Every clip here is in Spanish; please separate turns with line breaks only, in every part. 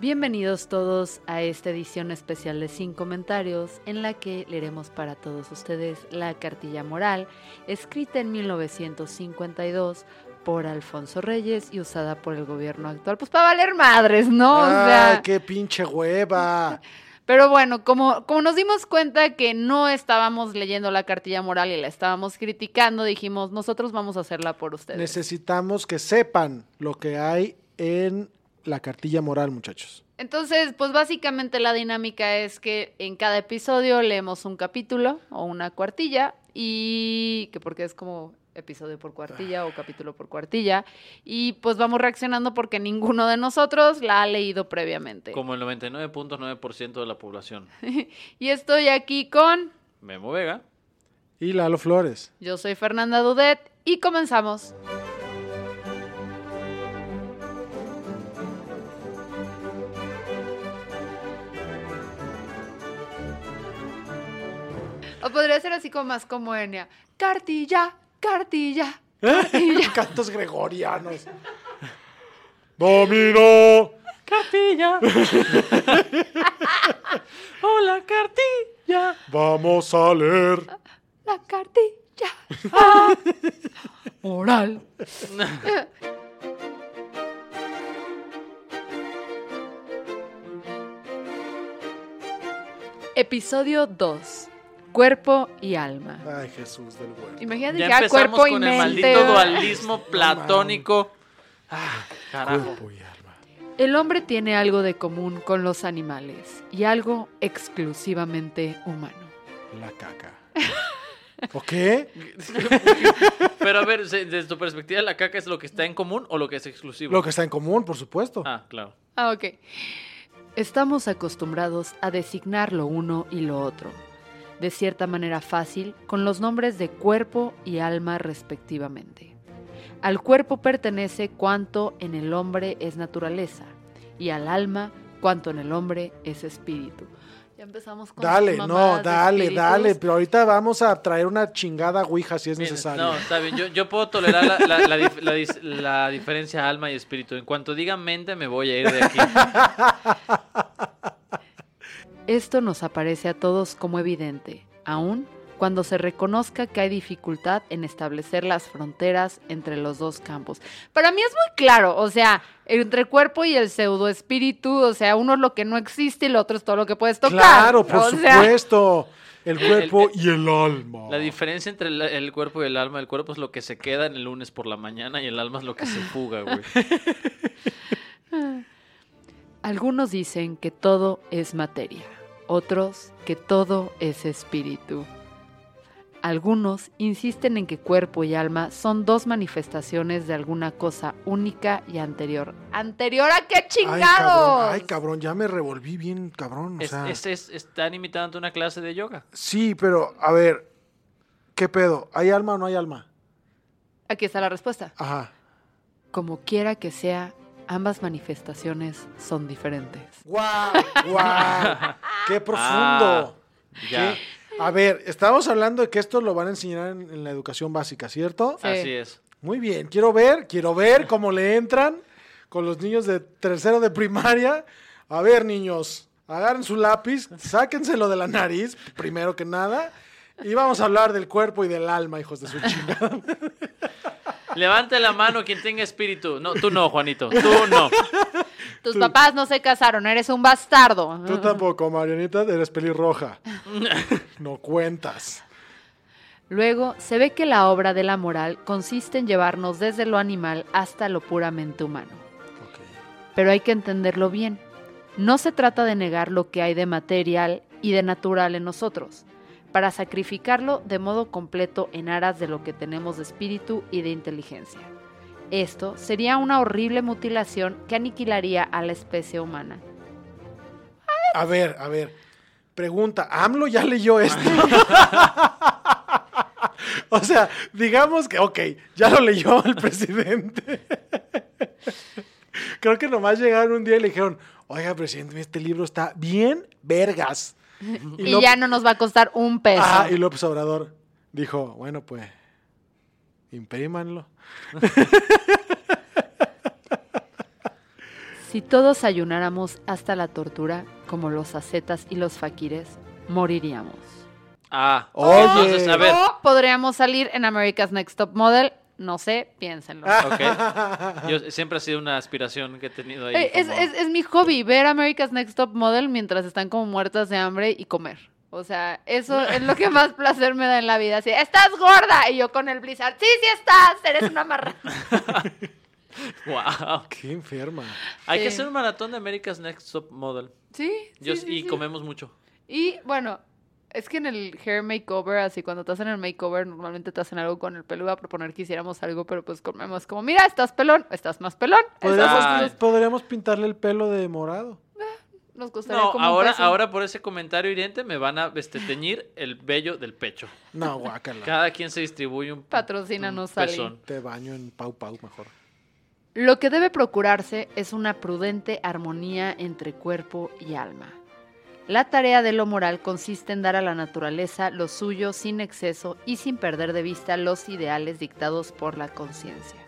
Bienvenidos todos a esta edición especial de Sin Comentarios, en la que leeremos para todos ustedes la cartilla moral, escrita en 1952 por Alfonso Reyes y usada por el gobierno actual. Pues para valer madres, ¿no? O
¡Ay,
sea,
Ah, qué pinche hueva!
pero bueno, como, como nos dimos cuenta que no estábamos leyendo la cartilla moral y la estábamos criticando, dijimos, nosotros vamos a hacerla por ustedes.
Necesitamos que sepan lo que hay en la cartilla moral, muchachos.
Entonces, pues básicamente la dinámica es que en cada episodio leemos un capítulo o una cuartilla y que porque es como episodio por cuartilla o capítulo por cuartilla y pues vamos reaccionando porque ninguno de nosotros la ha leído previamente.
Como el 99.9% de la población.
Y estoy aquí con
Memo Vega.
Y Lalo Flores.
yo soy Fernanda Dudet y comenzamos. O podría ser así como más como Enya. Cartilla, cartilla.
¿Eh?
Cantos gregorianos. ¡Domino!
Cartilla. Hola, cartilla.
Vamos a leer.
La cartilla. Oral. Episodio 2. Cuerpo y alma.
Ay, Jesús del huerto.
Imagínate
Ya
ya,
empezamos
"Ah, cuerpo y
con el
mente.
maldito dualismo platónico. Ah, carajo.
Cuerpo y alma.
El hombre tiene algo de común con los animales y algo exclusivamente humano.
La caca. ¿O qué?
Pero a ver, se- desde tu perspectiva, ¿la caca es lo que está en común o lo que es exclusivo?
Lo que está en común, por supuesto.
Ah, claro.
Ah, ok. Estamos acostumbrados a designar lo uno y lo otro, de cierta manera fácil, con los nombres de cuerpo y alma respectivamente. Al cuerpo pertenece cuanto en el hombre es naturaleza, y al alma cuanto en el hombre es espíritu. Ya empezamos con
Dale,
sus
no,
mamadas de
dale,
espíritus.
dale. Pero ahorita vamos a traer una chingada ouija si es
Bien,
necesario.
No, está bien. Yo, yo puedo tolerar la, la- la dif- la dis- la diferencia alma y espíritu. En cuanto diga mente, me voy a ir de aquí.
Esto nos aparece a todos como evidente, aún cuando se reconozca que hay dificultad en establecer las fronteras entre los dos campos. Para mí es muy claro, o sea, entre el cuerpo y el pseudoespíritu, o sea, uno es lo que no existe y el otro es todo lo que puedes tocar.
Claro, por
o sea,
supuesto. El cuerpo y el alma.
La diferencia entre el, el cuerpo y el alma, el cuerpo es lo que se queda en el lunes por la mañana y el alma es lo que se fuga, güey.
Algunos dicen que todo es materia, otros que todo es espíritu. Algunos insisten en que cuerpo y alma son dos manifestaciones de alguna cosa única y anterior. ¿Anterior a qué
Ay, cabrón,
chingados?
ay, cabrón, ya me revolví bien, cabrón. O
Es-
sea,
es- es- están imitando una clase de yoga.
Sí, pero a ver, ¿qué pedo? ¿Hay alma o no hay alma?
Aquí está la respuesta.
Ajá.
Como quiera que sea, ambas manifestaciones son diferentes.
¡Guau! ¡Guau! ¡Qué
Ah,
profundo!
ya,
¿Qué? A ver, estábamos hablando de que esto lo van a enseñar en, en la educación básica, ¿cierto?
Sí.
así es.
Muy bien, quiero ver, quiero ver cómo le entran con los niños de tercero de primaria. A ver, niños, agarren su lápiz, sáquenselo de la nariz, primero que nada, y vamos a hablar del cuerpo y del alma, hijos de su chingada.
Levante la mano quien tenga espíritu. No, tú no, Juanito. Tú no.
Tus papás no se casaron, eres un bastardo.
Tú tampoco, Marianita, eres pelirroja. No cuentas.
Luego se ve que la obra de la moral consiste en llevarnos desde lo animal hasta lo puramente humano. Pero hay que entenderlo bien. No se trata de negar lo que hay de material y de natural en nosotros, para sacrificarlo de modo completo en aras de lo que tenemos de espíritu y de inteligencia. Esto sería una horrible mutilación que aniquilaría a la especie humana.
A ver, a ver. Pregunta, AMLO ya leyó esto. o sea, digamos que, ok, ya lo leyó el presidente. Creo que nomás llegaron un día y le dijeron, oiga, presidente, este libro está bien vergas.
Y,
López-
ya no nos va a costar un peso.
Ah, y López Obrador dijo, bueno, pues, imprímanlo.
Si todos ayunáramos hasta la tortura, como los ascetas y los faquires, moriríamos.
Ah,
Oye.
entonces, a ver.
O podríamos salir en America's Next Top Model, no sé, piénsenlo.
ok. Yo, siempre ha sido una aspiración que he tenido ahí.
Eh, es,
como-
es- es mi hobby ver America's Next Top Model mientras están como muertas de hambre y comer. O sea, eso es lo que más placer me da en la vida. Así, estás gorda. Y yo con el blizzard, sí, sí estás, eres una marra.
Guau.
Qué enferma.
Hay que
Sí.
hacer un maratón de America's Next Top Model.
Sí,
Yo-
sí, sí,
y
sí.
comemos mucho.
Y bueno, es que en el hair makeover, así cuando te hacen el makeover, normalmente te hacen algo con el pelo. Iba a proponer que hiciéramos algo, pero pues comemos como, mira, estás pelón, estás más pelón.
Podríamos,
Ay.
podríamos pintarle el pelo de morado.
Nos gustaría
No,
como un
ahora,
peso.
ahora por ese comentario hiriente me van a este, teñir el vello del pecho.
No, guácala.
Cada quien se distribuye un
Patrocínanos,
un
Ali.
pezón.
Te baño en Pau Pau mejor.
Lo que debe procurarse es una prudente armonía entre cuerpo y alma. La tarea de lo moral consiste en dar a la naturaleza lo suyo sin exceso y sin perder de vista los ideales dictados por la conciencia.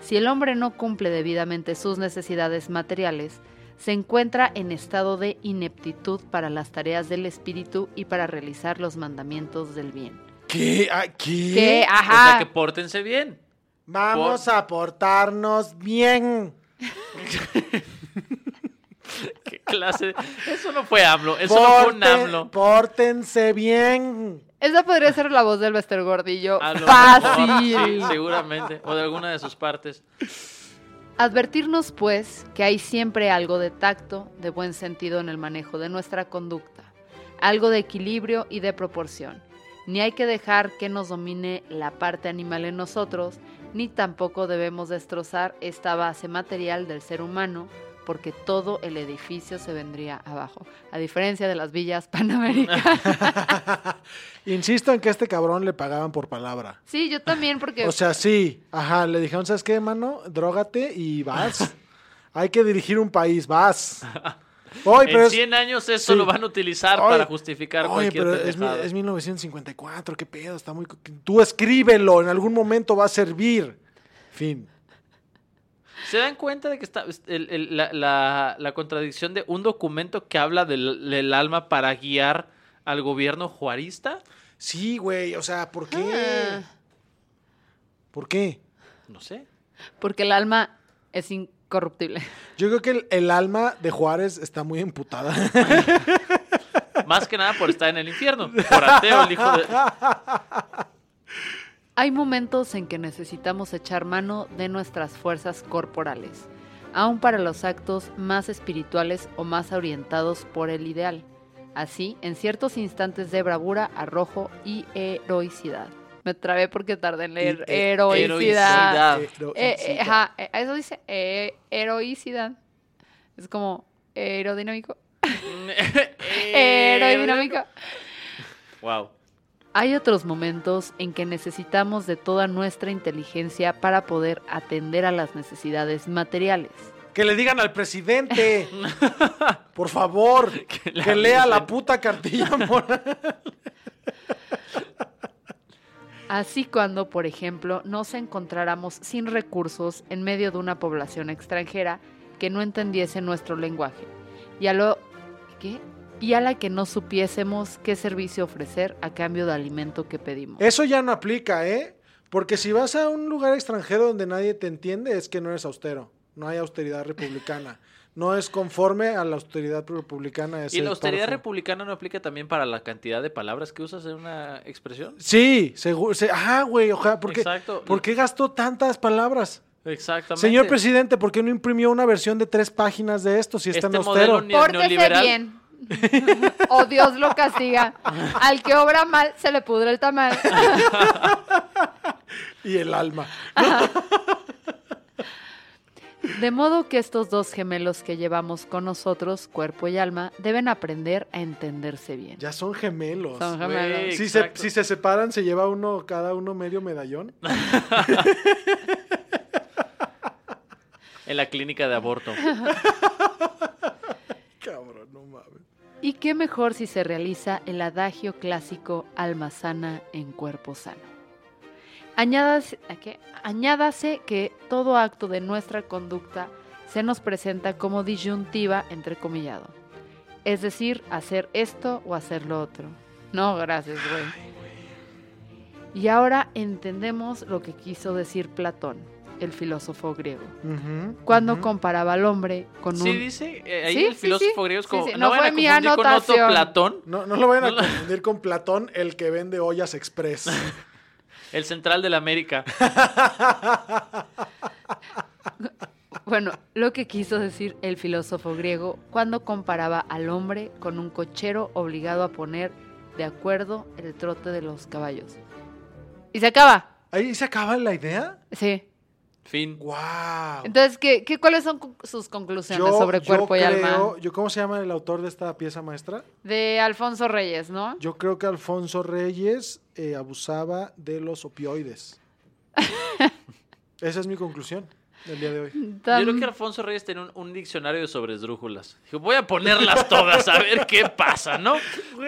Si el hombre no cumple debidamente sus necesidades materiales, se encuentra en estado de ineptitud para las tareas del espíritu y para realizar los mandamientos del bien.
¿Qué? ¿Aquí?
Que,
O sea,
ajá,
que pórtense bien.
Vamos a portarnos bien.
¿Qué clase? Eso no fue AMLO. Eso no fue un
Porte-
AMLO.
Pórtense bien.
esa podría ser la voz del Bester Gordillo.
A lo
Fácil.
mejor, Ah, sí, seguramente. O de alguna de sus partes.
Advertirnos, pues, que hay siempre algo de tacto, de buen sentido en el manejo de nuestra conducta, algo de equilibrio y de proporción. Ni hay que dejar que nos domine la parte animal en nosotros, ni tampoco debemos destrozar esta base material del ser humano, porque todo el edificio se vendría abajo, a diferencia de las villas panamericanas.
Insisto en que a este cabrón le pagaban por palabra.
Sí, yo también, porque...
O sea, sí. Ajá, le dijeron, ¿sabes qué, mano? Drógate y vas. Hay que dirigir un país, vas. Hoy, pero
en
es-
100 años eso
sí.
lo van a utilizar
Oye,
para justificar
Oye,
cualquier
pero es, mi-
pendejada.
es 1954, qué pedo, está muy... co- Tú escríbelo, en algún momento va a servir. Fin.
¿Se dan cuenta de que está el- el- la, la- la contradicción de un documento que habla del, del alma para guiar al gobierno juarista?
Sí, güey, o sea, ¿por
Ah,
qué? ¿Por qué?
No sé.
Porque el alma es incorruptible.
Yo creo que el, el alma de Juárez está muy emputada.
Más que nada por estar en el infierno. Por ateo, el hijo de...
Hay momentos en que necesitamos echar mano de nuestras fuerzas corporales, aun para los actos más espirituales o más orientados por el ideal. Así, en ciertos instantes de bravura, arrojo y heroicidad. Me trabé porque tardé en leer
Y- eh,
heroicidad.
Ah.
Pero-
Eh, eh, ajá, eh, eso dice eh, heroicidad. Es como eh, aerodinámico.
Eh,
Aerodinámico.
Wow.
Hay otros momentos en que necesitamos de toda nuestra inteligencia para poder atender a las necesidades materiales.
Que le digan al presidente, por favor, que,
le
lea
avisen.
la puta cartilla moral.
Así cuando, por ejemplo, nos encontráramos sin recursos en medio de una población extranjera que no entendiese nuestro lenguaje y a lo ¿qué? y a la que no supiésemos qué servicio ofrecer a cambio de alimento que
¿Eh?
pedimos.
Eso ya no aplica, ¿eh? Porque si vas a un lugar extranjero donde nadie te entiende, es que no eres austero. No hay austeridad republicana. No es conforme a la austeridad republicana.
¿Y
ese
la austeridad
párrafo.
republicana no aplica también para la cantidad de palabras que usas en una expresión?
Sí, seguro. se- Ajá, güey, ojalá. ¿por qué,
Exacto.
¿Por qué gastó tantas palabras?
Exactamente.
Señor presidente, ¿por qué no imprimió una versión de tres páginas de esto si es tan
Este
austero?
modelo ni- neoliberal.
bien.
O Oh, Dios lo castiga. Al que obra mal, se le pudre el tamal.
Y el alma.
De modo que estos dos gemelos que llevamos con nosotros, cuerpo y alma, deben aprender a entenderse bien.
Ya son gemelos.
Son gemelos.
Güey.
Si se,
Exacto.
si se separan, se lleva uno, cada uno medio medallón.
En la clínica de aborto.
Cabrón, no mames.
Y qué mejor si se realiza el adagio clásico alma sana en cuerpo sano. Añádase, ¿a qué? Añádase que todo acto de nuestra conducta se nos presenta como disyuntiva entrecomillado. Es decir, hacer esto o hacer lo otro. No, gracias, güey. Y ahora entendemos lo que quiso decir Platón, el filósofo griego,
Ujú,
cuando
ujú.
comparaba al hombre con
Sí,
un...
dice. eh, ahí
Sí,
el
sí,
filósofo
sí.
griego es
Sí,
como.
sí.
No,
No
van a
fue mi
confundir con otro
anotación.
Platón,
No, no lo vayan a
No la-
confundir con Platón, el que vende ollas express.
el central de la América.
Bueno, lo que quiso decir el filósofo griego cuando comparaba al hombre con un cochero obligado a poner de acuerdo el trote de los caballos. Y se acaba.
Ahí se acaba la idea.
Sí.
Fin.
Wow.
Entonces, ¿qué, qué, cuáles son cu- sus conclusiones sobre cuerpo y alma?
Yo, ¿Cómo se llama el autor de esta pieza maestra?
De Alfonso Reyes, ¿no?
Yo creo que Alfonso Reyes eh, abusaba de los opioides. Esa es mi conclusión del día de hoy.
Yo creo
Tam-
que Alfonso Reyes tenía un, un diccionario de sobresdrújulas. Dijo, voy a ponerlas todas a ver qué pasa, ¿no?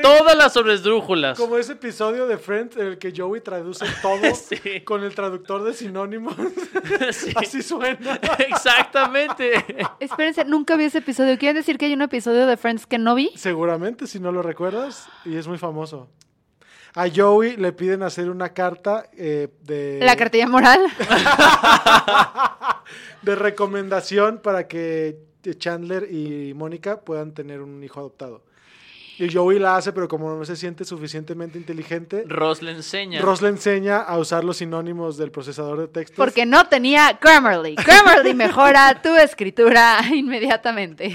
Todas las sobresdrújulas.
Como ese episodio de Friends en el que Joey traduce todo
Sí.
con el traductor de sinónimos.
Sí.
Así suena.
Exactamente.
Espérense, nunca vi ese episodio. ¿Quieren decir que hay un episodio de Friends que no vi?
Seguramente, si no lo recuerdas, y es muy famoso. A Joey le piden hacer una carta eh, de,
La cartilla moral.
de recomendación para que Chandler y Mónica puedan tener un hijo adoptado. Y Joey la hace, pero como no se siente suficientemente inteligente,
Ross le enseña.
Ross le enseña a usar los sinónimos del procesador de textos.
Porque no tenía Grammarly. Grammarly mejora tu escritura inmediatamente.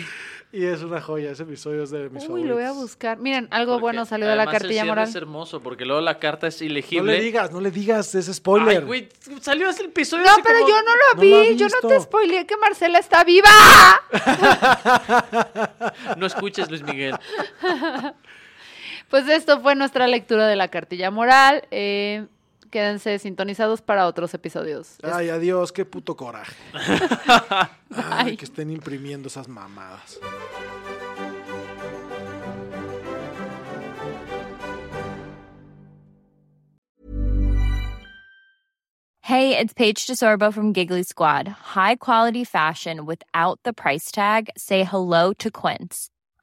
Y es una joya, ese episodio es de mis
Uy, lo voy a
favoritos.
buscar. Miren, algo
Porque
bueno salió de la
además el
cartilla
cierre
moral.
Es hermoso porque luego la carta es
No
ilegible.
le digas, no le digas, es
Ay,
spoiler.
güey, salió ese episodio.
No,
hace
pero
como-
yo no
No
lo
lo
vi.
ha
yo no te
visto.
spoileé que Marcela está viva.
No escuches, Luis Miguel.
Pues esto fue nuestra lectura de la cartilla moral. Eh, quédense sintonizados para otros episodios.
Ay, adiós, qué puto coraje. Ay,
Ay.
que estén imprimiendo esas mamadas.
Hey, it's Paige DeSorbo from Giggly Squad. High quality fashion without the price tag. Say hello to Quince.